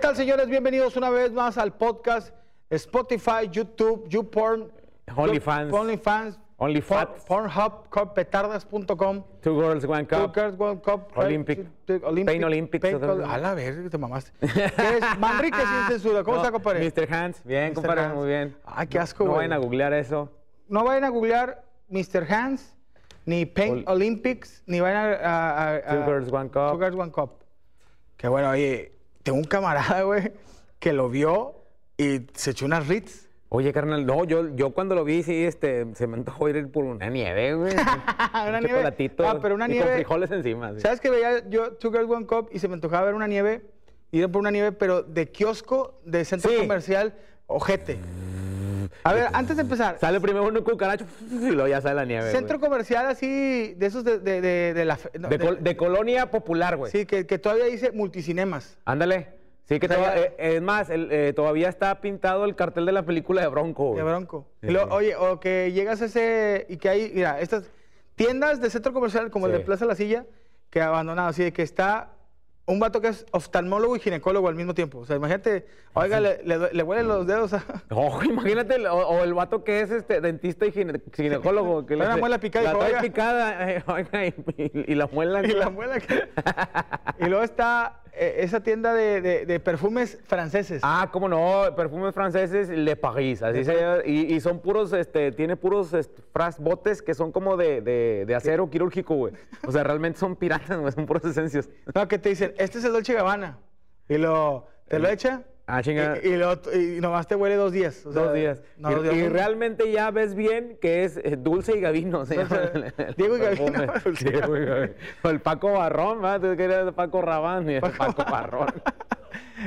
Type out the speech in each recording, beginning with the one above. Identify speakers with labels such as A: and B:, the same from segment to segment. A: tal, señores? Bienvenidos una vez más al podcast Spotify, YouTube, YouPorn,
B: OnlyFans.
A: OnlyFans,
B: OnlyFats.
A: Porn- Pornhub, Cop, petardas.com,
B: Two Girls One Cup.
A: Tuckers, World Cup,
B: Olympic.
A: eh, Olympic,
B: Pain Olympics,
A: Pain
B: otra vez.
A: Col- a la verga, te mamaste. ¿Qué es? Manrique sin censura, ¿cómo
B: Ah, No,
A: está, compadre?
B: Mr. Hans, bien,
A: Mr.
B: compadre,
A: Hans.
B: muy bien.
A: Ay, qué asco,
B: No
A: güey.
B: vayan a googlear eso.
A: No vayan a googlear Mr. Hans, ni Pain
B: Ol-
A: Olympics, ni vayan a... a- a- a-
B: Two Girls, One Cup.
A: Ah, Two Girls One Cup. Que bueno, oye, tengo un camarada, güey, que lo vio y se echó unas Ritz.
B: Oye, carnal, no, yo, yo cuando lo vi, sí, este, se me antojó ir por una nieve, güey.
A: Una
B: Un
A: nieve.
B: chocolatito.
A: Ah, pero una
B: y
A: nieve-
B: con frijoles encima. sí.
A: ¿Sabes que veía yo Two Girls One Cup y se me antojaba ver una nieve? Ir por una nieve, pero de kiosco, de centro
B: Sí.
A: comercial, ojete. A ver, antes de empezar,
B: Sale primero un cucaracho y luego ya sale la nieve. güey.
A: centro comercial así, de esos de, de, de, de la... fe- no,
B: de,
A: de-
B: col- de colonia popular, güey.
A: sí, que, que todavía dice multicinemas.
B: Ándale. Sí, que
A: O sea,
B: toda-
A: ya-
B: eh, es más, el, eh, todavía está pintado el cartel de la película de Bronco. güey.
A: De bronco. Y
B: Sí.
A: luego, oye, o que llegas a ese. Y que hay, mira, estas tiendas de centro comercial como el de
B: Sí.
A: Plaza La Silla, que abandonado, así de que está un vato que es oftalmólogo y ginecólogo al mismo tiempo. O sea, imagínate, oiga, le, le, due- le huelen los dedos a.
B: Ojo, Oh, imagínate, el- o, o el vato que es este dentista y gine- ginecólogo. Que
A: Trae una
B: hace-
A: muela picada y
B: La
A: dijo,
B: trae
A: "Oiga".
B: picada, eh, oiga, y, y- y la muela.
A: y
B: güey.
A: la muela que- Y luego está eh, esa tienda de, de- de perfumes franceses.
B: Ah, cómo no, perfumes franceses Le Paris, así se llama, y, y son puros, este, tiene puros este, fras- botes que son como de, de- de acero quirúrgico, güey. O sea, realmente son piratas, güey, son puros esencias.
A: No, que te dicen, este es el Dolce Gabbana. Y lo. Te lo echa.
B: Ah, chinga.
A: Y, y lo- y nomás te huele dos días. o sea,
B: Dos días.
A: no,
B: y,
A: dos días.
B: y realmente ya ves bien que es eh, Dulce y Gavino. se llama
A: Dulce-
B: el- el
A: Diego y
B: perfume.
A: Gavino, Dulce y
B: Diego y Gavino. O el Paco Barrón, ¿verdad? Tú que eres Paco Rabán y el Paco, Barrón.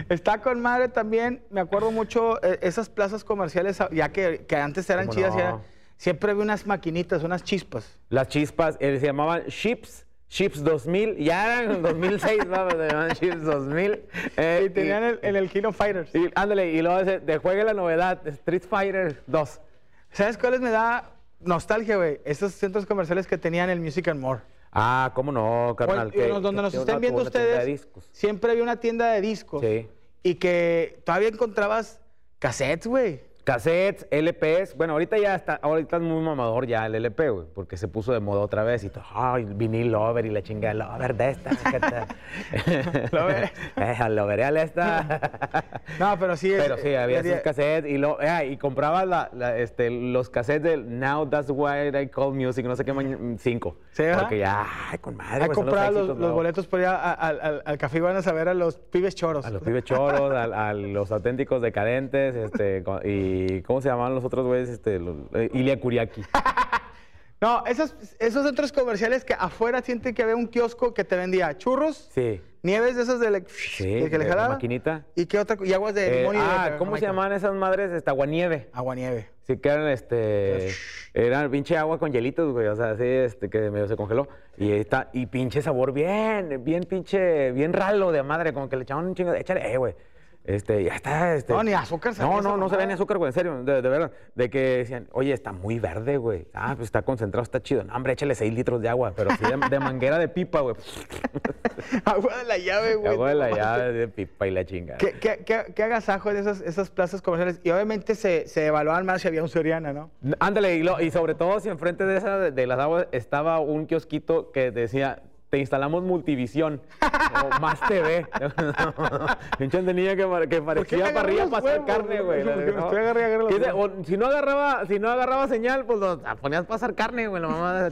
A: Está con madre también, me acuerdo mucho eh, esas plazas comerciales, ah, ya que, que antes eran
B: ¿Cómo
A: chidas, y
B: no?
A: era- siempre había unas maquinitas, unas chispas.
B: Las chispas, eh, se llamaban Chips. Chips 2000, ya eran en 2006, ¿verdad? Pero se llamaban Chips 2000. eh,
A: Y tenían el, en el Kino Fighters.
B: y- ándale, y luego dice, de juegue la novedad, Street Fighter 2.
A: ¿Sabes cuáles me da nostalgia, güey? Esos centros comerciales que tenían el Music and More.
B: Ah, cómo no,
A: Bueno,
B: carnal. que-
A: eh, donde
B: que-
A: nos
B: que
A: estén
B: una-
A: viendo
B: una tienda de
A: ustedes,
B: discos.
A: siempre había una tienda de discos.
B: Sí.
A: Y que todavía encontrabas cassettes, güey.
B: Cassettes, LPs. Bueno, ahorita ya está, ahorita es muy mamador ya el LP, güey, porque se puso de moda otra vez y todo, ay, el vinil lover y la chingada lover de esta. fíjate".
A: Lover.
B: Eh, Lovereal esta.
A: No, pero sí. eh, es-
B: Pero sí, había
A: de-
B: esos cassettes y, lo, eh, y compraba la- la, este, los cassettes del Now That's Why I Call Music, no sé qué, 5.
A: Sí, ¿verdad?
B: Porque ya, ay, con madre.
A: He
B: güey, son pues, los
A: comprado los,
B: éxitos
A: los
B: nuevos.
A: boletos por ir a- a- al, al- al café y van a saber a los pibes choros.
B: A los pibes choros, al- a, los auténticos decadentes, este, co- y ¿cómo se llamaban los otros güeyes? Este, los- eh, Ilia Kuriaki.
A: No, esos, esos centros comerciales que afuera sienten que había un kiosco que te vendía churros,
B: Sí.
A: nieves de esas de, la- de que le
B: de la
A: jalaba.
B: maquinita.
A: ¿Y qué otra? co- Y aguas de
B: Eh,
A: limón y de
B: ah,
A: ca-
B: ¿cómo se
A: Jamaica.
B: llamaban esas madres? Esta aguanieve.
A: Aguanieve.
B: Sí, que eran este. Eran pinche agua con hielitos, güey. O sea, así este, que medio se congeló. Y ahí está. Y pinche sabor bien, bien pinche, bien ralo de madre. Como que le echaban un chingo de. Échale, eh, güey. Este, ya está, este.
A: No, ni azúcar sabía
B: No,
A: esa
B: no, no se
A: mamada.
B: ve ni azúcar, güey, en serio, de, de verdad. De que decían, oye, está muy verde, güey. Ah, pues está concentrado, está chido. No, hombre, échale 6 litros de agua, pero sí de, de manguera de pipa, güey.
A: Agua de la llave, güey.
B: agua de la
A: no mames.
B: llave de pipa y la chinga.
A: ¿Qué, qué, qué, qué agasajo en esas, esas plazas comerciales? Y obviamente se, se evaluaban más si había un Soriana, ¿no?
B: Ándale, y, lo- y sobre todo si enfrente de esa de, de las aguas estaba un kiosquito que decía, te instalamos multivisión o más TV. Pinche niña que, pare- que parecía
A: agarró
B: parrilla
A: los
B: para hacer
A: huevos,
B: carne,
A: güey?
B: güey. la
A: Porque
B: verdad.
A: usted agarra y agarra los
B: Y ese-
A: huevos.
B: o si no agarraba, si no agarraba señal, pues lo la ponías para hacer carne, güey. La mamá.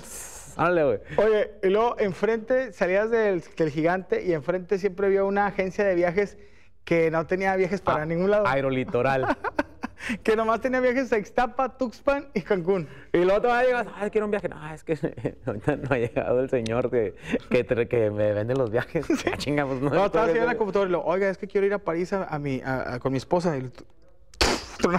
B: Ándale, güey.
A: Oye, y luego enfrente salías del, del gigante y enfrente siempre había una agencia de viajes que no tenía viajes para
B: Ah,
A: ningún lado.
B: Aerolitoral.
A: Que nomás tenía viajes a Ixtapa, Tuxpan y Cancún.
B: Y luego te va a llegar, ay, quiero un viaje. No, es que ahorita no ha llegado el señor que, que, tra- que me vende los viajes. Ah, chinga, pues, no.
A: No, estaba así en la
B: entonces-
A: computadora y lo, oiga, es que quiero ir a París a, a mi, a- a- con mi esposa. Y lo-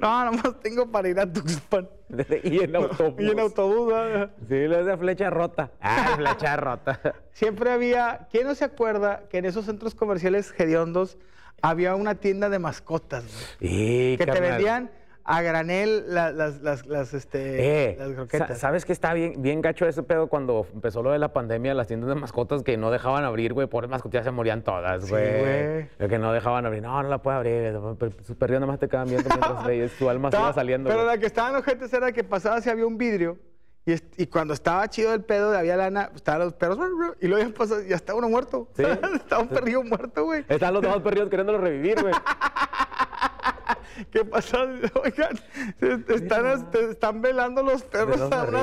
A: no, nomás tengo para ir a Tuxpan.
B: y en autobús.
A: Y en autobús. ¿verdad?
B: Sí, la de flecha rota. Ah, flecha rota.
A: Siempre había, ¿quién no se acuerda que en esos centros comerciales hediondos había una tienda de mascotas? güey?
B: Y,
A: que te vendían a granel la- las, las, las, este,
B: Eh,
A: las
B: sa-
A: croquetas.
B: ¿Sabes que está bien, bien gacho ese pedo cuando empezó lo de la pandemia? Las tiendas de mascotas que no dejaban abrir, güey. Por mascotas se morían todas,
A: Sí,
B: güey.
A: güey.
B: Lo que no dejaban abrir. No, no la puede abrir. Sus perrillos nada más te quedan viendo mientras veías su alma se
A: Estaba-
B: iba saliendo.
A: Pero
B: güey.
A: la que estaban los gentes era que pasaba si había un vidrio. Y, est- y cuando estaba chido el pedo, había lana, pues, estaban los perros. "Ruh, ruh", Y luego ya pasó, ya estaba uno muerto.
B: Sí. Eh.
A: estaba un perrillo muerto, güey.
B: Están los dos perrillos queriéndolo revivir, güey.
A: ¿Qué pasa? Oigan, se- se están, se están velando los perros
B: los
A: a una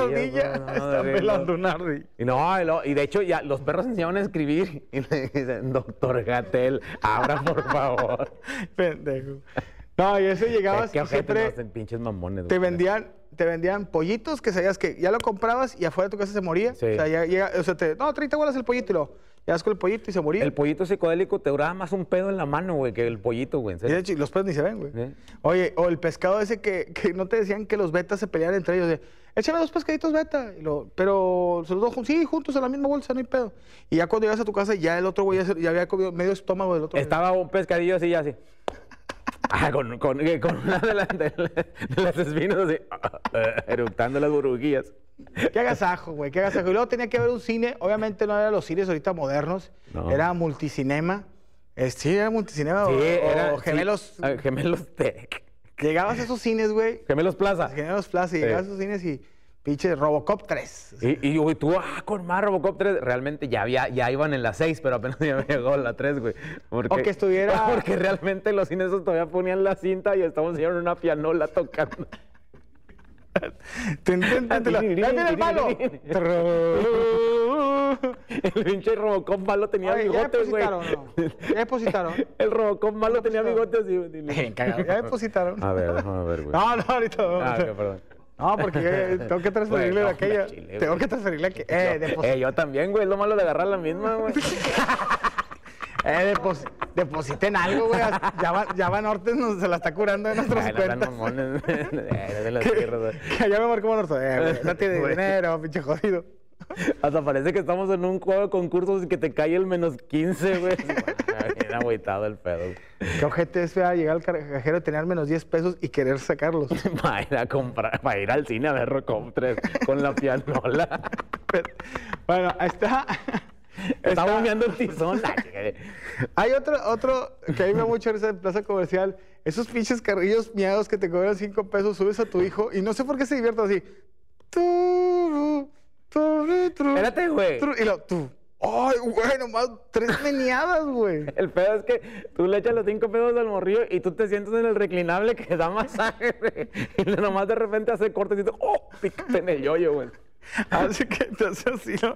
A: ardilla.
B: ardillas, no, no,
A: están
B: de-
A: velando una ardilla.
B: Y no, y, lo- y de hecho ya los perros enseñaban a escribir y le dicen, doctor Gatel, abra por favor.
A: Pendejo. No, y ese llegabas
B: Qué
A: y
B: ojete, no,
A: siempre
B: hacen pinches mamones.
A: te
B: güey.
A: vendían, te vendían pollitos que sabías que ya lo comprabas y afuera de tu casa se moría.
B: Sí.
A: O sea, ya llega, o sea, te, no, 30 bolas el pollito y lo, ya vas con el pollito y se moría.
B: El pollito psicodélico te duraba más un pedo en la mano, güey, que el pollito, güey. en
A: Y
B: serio.
A: de hecho, los pedos ni se ven, güey.
B: Sí.
A: Oye, o el pescado ese que, que no te decían que los betas se peleaban entre ellos. De, Échame dos pescaditos beta. Y lo, pero se los dos, jun- sí, juntos en la misma bolsa, no hay pedo. Y ya cuando llegas a tu casa, ya el otro güey ya, se- ya había comido medio estómago del otro. güey.
B: Estaba un pescadillo así, ya así. Ah, con, con, eh, con una de, las- de la- de las espinas así, eh, eructando las burbujillas.
A: Qué agasajo, güey, qué agasajo. Y luego tenía que haber un cine. Obviamente no eran los cines ahorita modernos.
B: No.
A: Era multicinema. Eh, sí, era multicinema.
B: Sí,
A: o,
B: era,
A: o
B: sí,
A: gemelos.
B: ah, gemelos Tec.
A: Llegabas a esos cines, güey.
B: Gemelos Plaza.
A: Gemelos Plaza. Y
B: Sí.
A: llegabas a esos cines y pinche Robocop 3.
B: Y, y, güey, tú, ah, con más Robocop 3, realmente ya, había, ya iban en la 6, pero apenas ya llegó la 3, güey. Porque,
A: O que estuviera-
B: Porque realmente los cines esos todavía ponían la cinta y estaba un señor en una pianola tocando.
A: Ten, ten, ten, ten, la- ¡Ahí viene el malo!
B: El pinche Robocop malo tenía
A: Oye, ya
B: bigotes, güey.
A: depositaron, ¿no? Ya depositaron.
B: El Robocop malo tenía bigotes,
A: depositaron.
B: sí, güey. dile.
A: Ya depositaron.
B: A ver, déjame ver, güey.
A: No, no, ahorita. no,
B: Ah,
A: ahorita.
B: ok, perdón.
A: No, porque eh, tengo que transferirle
B: Güey, no,
A: a aquella.
B: hombre, chile,
A: tengo
B: güey.
A: que transferirle a aquella.
B: Yo-
A: Eh,
B: Eh,
A: deposita.
B: yo también, güey. Es lo malo de agarrar la misma, güey.
A: Eh, depos- depositen algo, güey. Ya va, ya va Norte, nos, se la está curando de nuestras
B: Ay, no sean
A: cuentas.
B: mamones. Eh, no se las pierdas, güey.
A: Que allá me marcó Norte. Eh, güey, no tiene
B: Güey.
A: dinero, pinche jodido.
B: Hasta parece que estamos en un juego de concursos y que te cae el menos 15, güey. Así, ah, Bien agüitado el pedo.
A: Qué ojete es fea llegar al car- cajero, tener menos 10 pesos y querer sacarlos.
B: Para ir a comprar, para ir al cine a ver Robocop 3 con la pianola.
A: Pues, bueno, ahí está.
B: Está
A: Está-
B: bombeando el tizón. Ay, que-
A: Hay otro, otro que a mí me da mucha risa en Plaza Comercial. Esos pinches carrillos miados que te cobran 5 pesos, subes a tu hijo y no sé por qué se divierten así. Turu, turu, turu,
B: Espérate, güey.
A: turu, Y lo, tú. Ay, güey, nomás tres meneadas, güey.
B: El pedo es que tú le echas los cinco pedos al morrillo y tú te sientas en el reclinable que da masaje, güey. Y le- nomás de repente hace cortes y tú, ¡oh! Pícate en el yoyo, güey.
A: Así que te hace así, ¿no?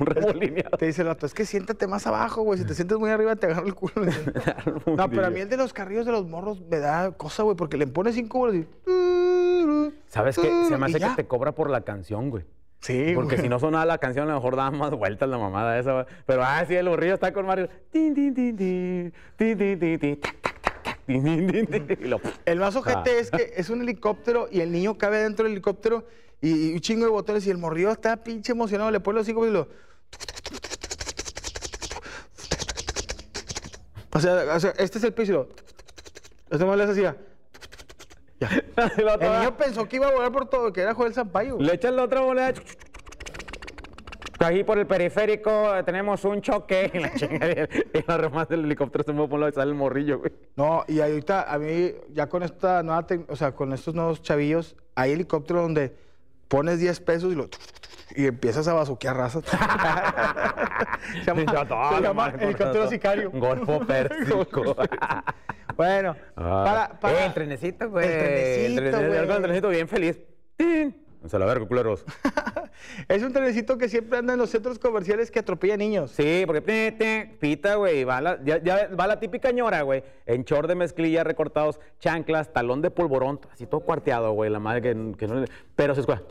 B: Un remolineado.
A: Te dice el vato, es que siéntate más abajo, güey. Si te sientes muy arriba, te agarro el culo. No, pero a mí el de los carrillos de los morros me da cosa, güey, porque le pones cinco bolas y...
B: ¿Sabes qué? Se me
A: y
B: hace que
A: ya.
B: te cobra por la canción, güey.
A: Sí,
B: Porque
A: güey.
B: si no sonaba la canción, a lo mejor daba más vueltas la mamada esa, güey. Pero, ah, sí, el morrillo está con Mario. Tin, tin, tin, tin, tin, tin, tin, tin, tac, tac, tac, tac, tin, tin, tin, tin, y lo-
A: El más ojete
B: Ah.
A: es que es un helicóptero y el niño cabe dentro del helicóptero y, y un chingo de botones y el morrillo está pinche emocionado, le pone los cinco y lo... O sea, o sea, este es el piso y lo... Este más le hacía...
B: Y lo
A: El
B: toda-
A: niño pensó que iba a volar por todo, que era Joel Sampaio. güey.
B: Le echan la otra moneda. chuc, chuc, chuc, chuc. Aquí por el periférico eh, tenemos un choque. Y la chingadera. Y la remate del helicóptero se mueve por un lado y sale el morrillo, güey.
A: No, y ahorita a mí, ya con esta nueva, tec- o sea, con estos nuevos chavillos, hay helicópteros donde pones 10 pesos y lo... Y empiezas a bazuquear razas. se
B: Y
A: llama,
B: yo, todo,
A: se
B: no
A: llama
B: mames,
A: helicóptero
B: todo.
A: sicario.
B: Golfo pérsico. Ah.
A: bueno, para... para-
B: Eh, el trenecito, güey.
A: El trenecito,
B: El trenecito,
A: güey.
B: yo con el trenecito bien feliz. ¡Tin! Se la verga, culeros.
A: es un trenecito que siempre anda en los centros comerciales que atropella niños.
B: Sí, porque te, te, pita, güey, y va la, ya, ya va la típica ñora, güey, en short de mezclilla, recortados, chanclas, talón de polvorón, así todo cuarteado, güey, la madre que, que no le- Pero se escucha.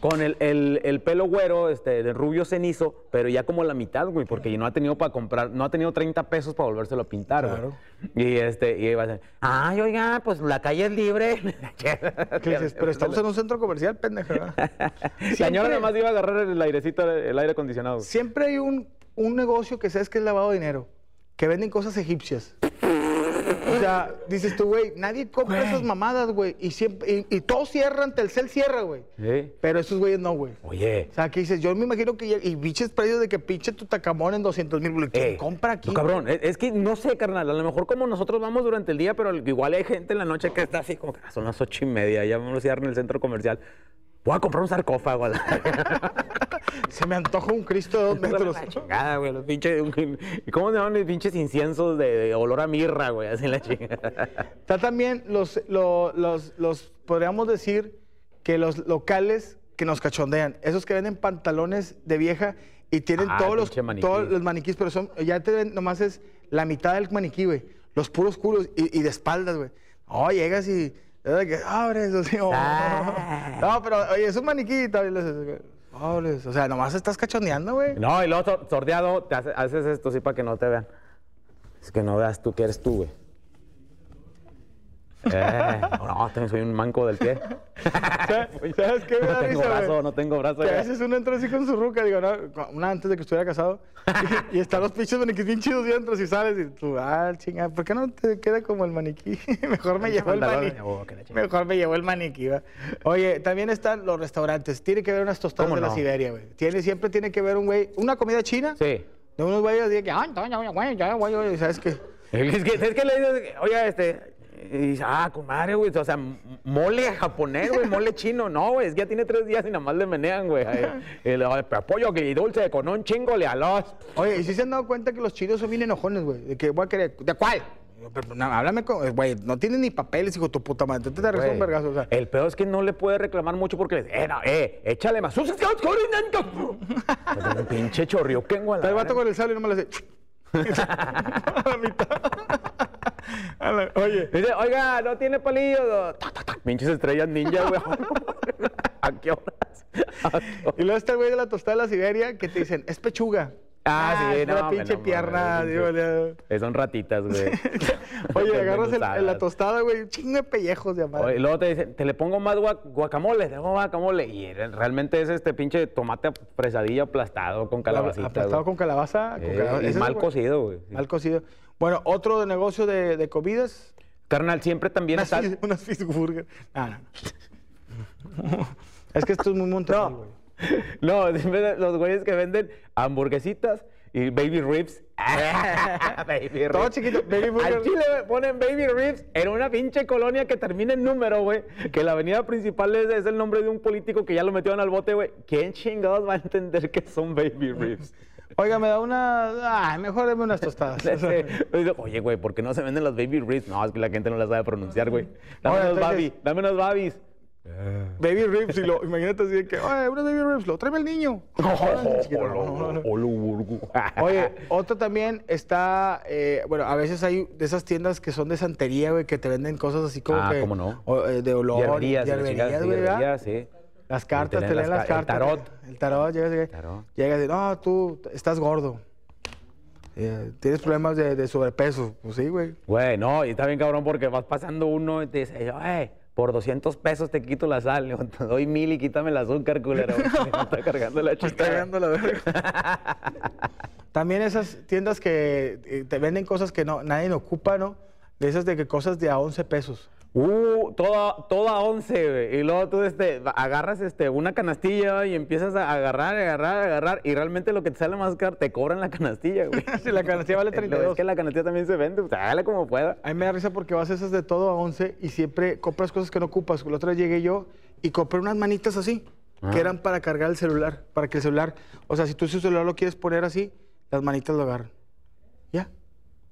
B: Con el, el- el pelo güero, este, de rubio cenizo, pero ya como la mitad, güey, porque no ha tenido para comprar, no ha tenido 30 pesos para volvérselo a pintar, güey.
A: Claro.
B: Y este, y va a decir, ay, oiga, pues la calle es libre.
A: Que dices, pero estamos en un centro comercial, pendejo. ¿verdad?
B: La ñora
A: Siempre-
B: nada más iba a agarrar el airecito, el aire acondicionado. güey.
A: Siempre hay un, un negocio que sabes que es lavado de dinero, que venden cosas egipcias. O sea, dices tú, güey, nadie compra
B: Güey.
A: esas mamadas, güey. Y, siempre, y, y todos cierran, Telcel cierra, güey.
B: Sí.
A: Pero esos güeyes no, güey.
B: Oye.
A: O sea, que dices, yo me imagino que... ya- Y biches precios de que pinche tu tacamón en 200 mil, güey. ¿Quién
B: eh,
A: compra aquí?
B: no, cabrón, es, es que no sé, carnal. A lo mejor como nosotros vamos durante el día, pero igual hay gente en la noche que está así como que "Ah, son las ocho y media, ya vamos a cerrar en el centro comercial. Voy a comprar un sarcófago. a la-
A: Se me antoja un Cristo de dos metros.
B: la chingada, güey. Los pinches. ¿Cómo se llaman los pinches inciensos de, de olor a mirra, güey? Así la chingada.
A: Está también los, lo- los, los, podríamos decir que los locales que nos cachondean, esos que venden pantalones de vieja y tienen
B: Ah,
A: todos, los,
B: pinche maniquí.
A: todos los maniquís, pero son, ya te ven, nomás es la mitad del maniquí, güey. Los puros culos y, y de espaldas, güey. Oh, llegas y. eh, que Abres, o sea, oh,
B: Ah.
A: no, pero oye, es un maniquí y tal, y le haces, Abres, o sea, nomás estás cachondeando, güey.
B: No, y luego sor- sordeado, te hace- haces esto sí para que no te vean. Es que no veas tú que eres tú, güey. Eh, no, tengo- soy un manco del pie.
A: ¿Sabes- ¿Sabes qué me
B: no
A: da
B: tengo
A: risa, güey?
B: brazo, no tengo brazo.
A: Que a
B: güey.
A: veces uno entra así con su ruca, digo, no, con- una antes de que estuviera casado, y, y están los pinches maniquís bien chidos y entras y sales y tú, ah, chinga, ¿por qué no te queda como el maniquí? Mejor me llevó el
B: pantalón,
A: maniquí.
B: oh, que la chingada.
A: Mejor me llevó el maniquí, va. Oye, también están los restaurantes. Tiene que haber unas tostadas
B: ¿Cómo
A: de la
B: no?
A: Siberia, güey. Tiene, siempre tiene que haber un güey, una comida china,
B: Sí.
A: de unos güeyes de que, ay, no, no, no, güey, ya, güey, güey", ¿sabes qué?
B: Es que, es que le dices, oye, este. Y dice, ah, comadre, güey. O sea, m- mole japonés, güey, mole chino. No, güey, es que ya tiene tres días y nada más le menean, güey. Ahí. Y le digo, "Pero pollo que dulce con un chingo le alos.
A: Oye, ¿y si se han dado cuenta que los chinos son bien enojones, güey? De que voy a querer. ¿De cuál? Yo, pero, no, háblame con. Güey, no tienes ni papeles, hijo de tu puta madre. Tú te regresas un
B: Güey, Eh,
A: vergazo, o sea.
B: El peor es que no le puede reclamar mucho porque le dice, eh, no, eh, échale más. un pinche chorrioquen, güey. a
A: Está
B: la
A: el vato
B: verga.
A: con el sable y no me lo hace. a la mitad. A la- oye.
B: Dice, oiga, no tiene palillos. no". Tac, tac, tac. Pinches estrellas ninja, güey. ¿A qué horas? ¿A qué horas?
A: Y luego está el güey de la tostada de la Siberia que te dicen, es pechuga.
B: Ah, sí,
A: es
B: no,
A: Una
B: hombre,
A: pinche
B: no mames,
A: pierna.
B: pinche-
A: digo, ya.
B: Eh, Son ratitas, güey.
A: Oye, agarras el-
B: Desmenuzadas.
A: la tostada, güey, un chingo de pellejos de madre.
B: Oye, Y luego te dicen, te le pongo más guac- guacamole, te pongo guacamole. Y era- realmente es este pinche tomate fresadillo aplastado con calabacita.
A: Aplastado
B: güey.
A: con calabaza. con
B: Eh,
A: calabaza.
B: y
A: Ese es
B: mal
A: el-
B: cocido, güey.
A: Mal cocido. Bueno, otro de negocio de, de comidas.
B: Carnal, siempre también
A: Unas,
B: está...
A: fis- unas Fisburger. No, no, no. es que esto es muy Monterrey, güey.
B: No, dime los güeyes que venden hamburguesitas y baby ribs. baby ribs.
A: Todo chiquito, baby burger.
B: Al chile güey, ponen baby ribs en una pinche colonia que termina en número, güey. Que la avenida principal es, es el nombre de un político que ya lo metieron al bote, güey. ¿Quién chingados va a entender que son baby ribs?
A: Oiga, me da una. Ay, mejor deme unas tostadas.
B: Este, dice, Oye, güey, ¿por qué no se venden las baby ribs? No, es que la gente no las sabe pronunciar, güey. Dame
A: Ahora,
B: unos babi,
A: entonces-
B: dame unos babis.
A: baby Rips, y lo, imagínate así de que, oye, una Baby Rips, lo tráeme el niño. Chiquito, no, no, no. Oye, otro también está, eh, bueno, a veces hay de esas tiendas que son de santería, güey, que te venden cosas así como
B: Ah,
A: que...
B: cómo no.
A: o, eh, de olor,
B: Hierberías,
A: de
B: y la chingada,
A: hierberías,
B: sí,
A: güey, ¿verdad?
B: hierberías, sí.
A: Las cartas, te
B: tener
A: leen
B: las
A: las
B: ca- el
A: cartas.
B: tarot.
A: El tarot, llegas y...
B: Tarot.
A: Llegas y, no, tú t- estás gordo. Eh, Tienes problemas de, de sobrepeso. Pues sí, güey.
B: Güey, no, y está bien cabrón porque vas pasando uno y te dice, "Ey, por 200 pesos te quito la sal, Le digo, te doy mil y quítame el azúcar, culero. Me está cargando la
A: Me está
B: chica.
A: dando la verga. También esas tiendas que eh, te venden cosas que no, nadie ocupa, ¿no? De esas de que cosas de a 11 pesos.
B: Uh, toda, toda once, güey. Y luego tú este, va- agarras este, una canastilla y empiezas a agarrar, agarrar, agarrar. Y realmente lo que te sale más caro, te cobran la canastilla, güey.
A: Si la canastilla vale
B: Pero
A: 32.
B: Es que la canastilla también se vende, pues hágale como pueda.
A: A mí me da risa porque vas a esas de todo a 11 y siempre compras cosas que no ocupas. La otra vez llegué yo y compré unas manitas así, que eran para cargar el celular, para que el celular, o sea, si tú su celular lo quieres poner así, las manitas lo agarran. Ya.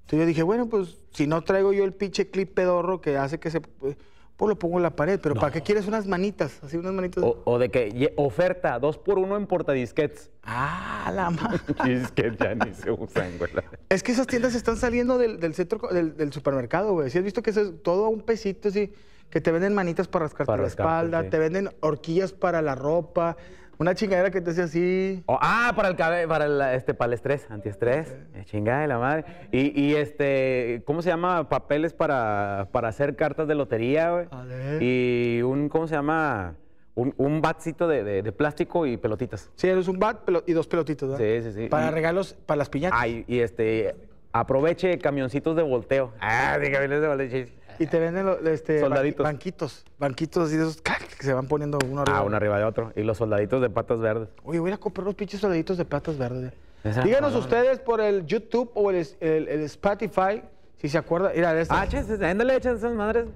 A: Entonces yo dije, bueno, pues si no traigo yo el pinche clip pedorro que hace que se... Pues lo pongo en la pared, pero ¿para qué quieres unas manitas? Así unas manitas...
B: O, o de que ye- oferta, dos por uno en portadisquets.
A: Ah, la madre.
B: Disquets ya ni se usan, güey.
A: Es que esas tiendas están saliendo del, del centro co- del, del supermercado, güey. Si has visto que eso es todo a un pesito así, que te venden manitas para rascarte
B: Para
A: la
B: rascarte,
A: espalda,
B: sí.
A: te venden horquillas para la ropa, una chingadera que te hace así.
B: Oh, ah, para el cabe- para el, este, para el estrés, antiestrés. Eh, Chingada de la madre. Y, y, este, ¿cómo se llama? Papeles para, para hacer cartas de lotería, güey.
A: A ver.
B: Y un, ¿cómo se llama? Un, un batcito de, de- de plástico y pelotitas.
A: Sí, eres un bat pelo- y dos pelotitos, ¿verdad?
B: Sí, sí, sí.
A: Para
B: Y-
A: regalos, para las piñatas.
B: Ay, y este, Aproveche camioncitos de volteo. Ah, de camiones de volteo.
A: Y te venden lo- este,
B: Soldaditos.
A: banqui- banquitos. Banquitos así de esos ¡clac! que se van poniendo uno arriba.
B: Ah, uno arriba de otro. Y los soldaditos de patas verdes.
A: Oye, voy a ir a comprar unos pinches soldaditos de patas verdes. eh.
B: Esa-
A: Díganos
B: no, no.
A: ustedes por el YouTube o el, el- el Spotify, si se acuerdan. Mira, de estas.
B: Ah, chances, ándale, chances esas madres.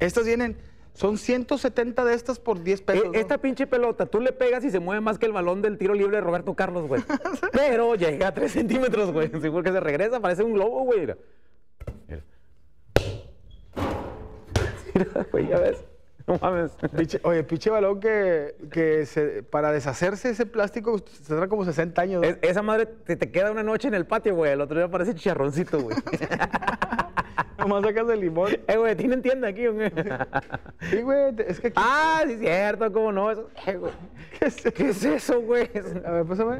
A: estas vienen, son 170 de estas por 10
B: E-
A: pesos. ¿no?
B: Esta pinche pelota, tú le pegas y se mueve más que el balón del tiro libre de Roberto Carlos, güey. Pero llega a 3 centímetros, güey. Sí, porque se regresa, parece un globo, güey. Mira. Mira. Mira, güey, ya ves. No mames.
A: Pinche- oye, pinche balón que, que se- para deshacerse ese plástico se tarda como 60 años. ¿no?
B: Es- esa madre te, te queda una noche en el patio, güey. El otro día parece chicharroncito, güey.
A: Nomás sacas el limón.
B: eh, güey, ¿tienen tienda aquí o qué?
A: Sí, güey, te- es que aquí.
B: ah, sí, es cierto, cómo no. Eso, eh, güey.
A: ¿Qué es
B: ¿Qué es eso, güey? Es,
A: A ver, pásame.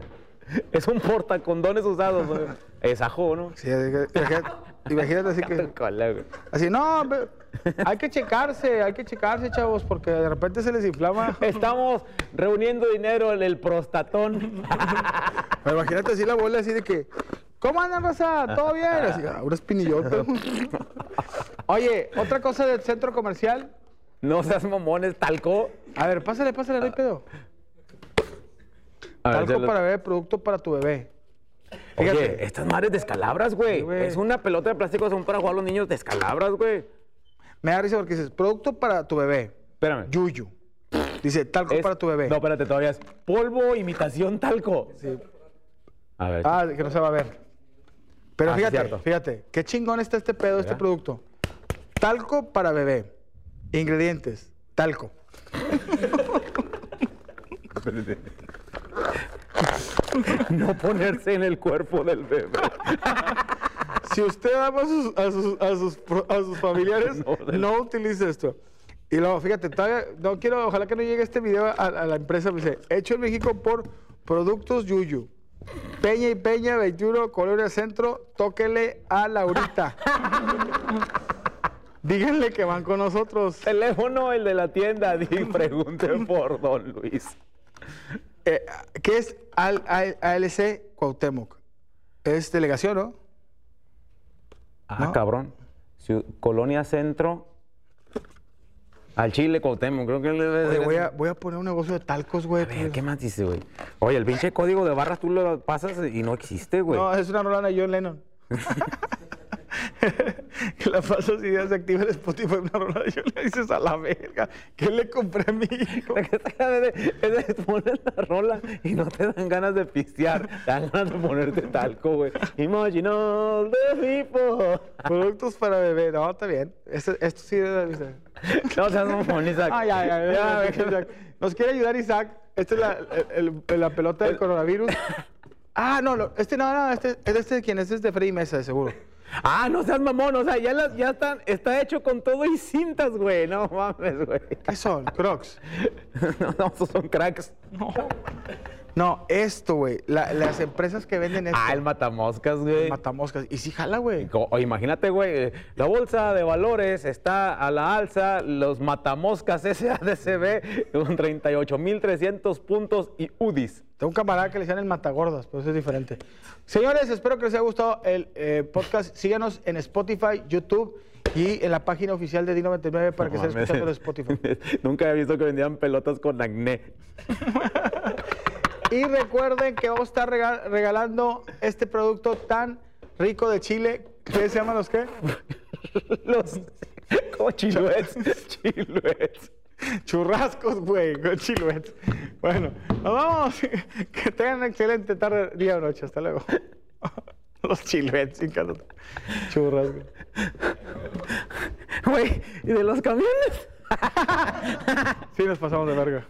B: es un portacondones usados, güey. Es ajo, ¿no?
A: Sí, es que- imagínate- imagínate así que.
B: Cola, güey.
A: Así, no, pe- hay que checarse, hay que checarse, chavos, porque de repente se les inflama.
B: Estamos reuniendo dinero en el prostatón.
A: Pero imagínate así la bola así de que, ¿cómo andan, raza? ¿Todo bien? Así, ah, una espinillota. Oye, otra cosa del centro comercial.
B: No seas mamones, talco.
A: A ver, pásale, pásale, no hay pedo.
B: Ah, A ver,
A: Talco
B: échale.
A: para bebé, producto para tu bebé.
B: Oye, estas madres descalabras, güey.
A: Sí, güey.
B: es una pelota de plástico, son para jugar los niños descalabras, güey.
A: Me da risa porque dices, producto para tu bebé.
B: Espérame.
A: Yuyu. Dice, talco
B: Es-
A: para tu bebé.
B: No, espérate, todavía es polvo, imitación, talco.
A: Sí.
B: A ver.
A: Ah, que no se va a ver. Pero
B: Ah, sí,
A: fíjate,
B: cierto.
A: fíjate, qué chingón está este pedo, este
B: ¿Verdad?
A: producto. Talco para bebé. Ingredientes, talco.
B: No ponerse en el cuerpo del bebé.
A: Si usted ama a sus, a sus, a sus pro- a sus familiares,
B: No,
A: no,
B: del-
A: utilice esto. Y luego, fíjate, todavía no quiero, ojalá que no llegue este video a, a la empresa. me Dice, hecho en México por Productos Yuyu. Peña y Peña 21, Colonia Centro, tóquele a Laurita. Díganle que van con nosotros.
B: Teléfono, el de la tienda, di, pregunte por don Luis.
A: Eh, ¿Qué es AL- AL- ALC Cuauhtémoc? Es delegación, ¿no?
B: Ah,
A: No.
B: cabrón. Ciu- Colonia Centro. Al Chile, Cuauhtémoc, creo que le debe
A: Oye,
B: ser
A: voy,
B: eso.
A: a, voy a poner un negocio de talcos, güey.
B: A ver, ¿qué más dice, güey? Oye, el pinche código de barras tú lo pasas y no existe, güey.
A: No, es una rolana de John Lennon. que la pasas y ya se activa el Spotify una rola de John Lennon. Dices, a la verga, ¿qué le compré a mi hijo?
B: Es de poner la rola y no te dan ganas de pistear, te dan ganas de ponerte talco, güey. Imagine all the people.
A: Productos para bebé. No, está bien. Este- esto sí es la vista.
B: No seas mamón, Isaac.
A: Ay, ay, ay,
B: Ah, Ya,
A: ay,
B: güey.
A: Isaac. Nos quiere ayudar Isaac. Esta es la, el- el- la pelota del coronavirus. Ah, no, no, este no, no, este, este es de quién, este es de Freddy Mesa, de seguro.
B: Ah, no seas mamón, o sea, ya, las, ya están, está hecho con todo y cintas, güey. No mames, güey.
A: ¿Qué son? Crocs.
B: No, no, esos son cracks.
A: No, esto, güey. la- las empresas que venden esto.
B: Ah, el matamoscas, güey.
A: matamoscas. Y sí, jala, güey.
B: Co- o imagínate, güey, eh, la bolsa de valores está a la alza, los matamoscas SADCB con 38.300 puntos y UDIs.
A: Tengo un camarada que le llaman el matagordas, pero eso es diferente. Señores, espero que les haya gustado el eh, podcast. Síganos en Spotify, YouTube y en la página oficial de D99 para que
B: No
A: estén
B: mames.
A: escuchando en Spotify.
B: Nunca he visto que vendían pelotas con acné.
A: Y recuerden que vamos a estar rega- regalando este producto tan rico de Chile. ¿Qué se llaman los qué?
B: Los como chiluets, chiluets.
A: Churrascos, güey, con chiluet. Bueno, nos vamos. Que tengan una excelente tarde, día o noche. Hasta luego. Los chiluets, sin caso. Churrascos.
B: Güey, ¿y de los camiones?
A: Sí, nos pasamos de verga.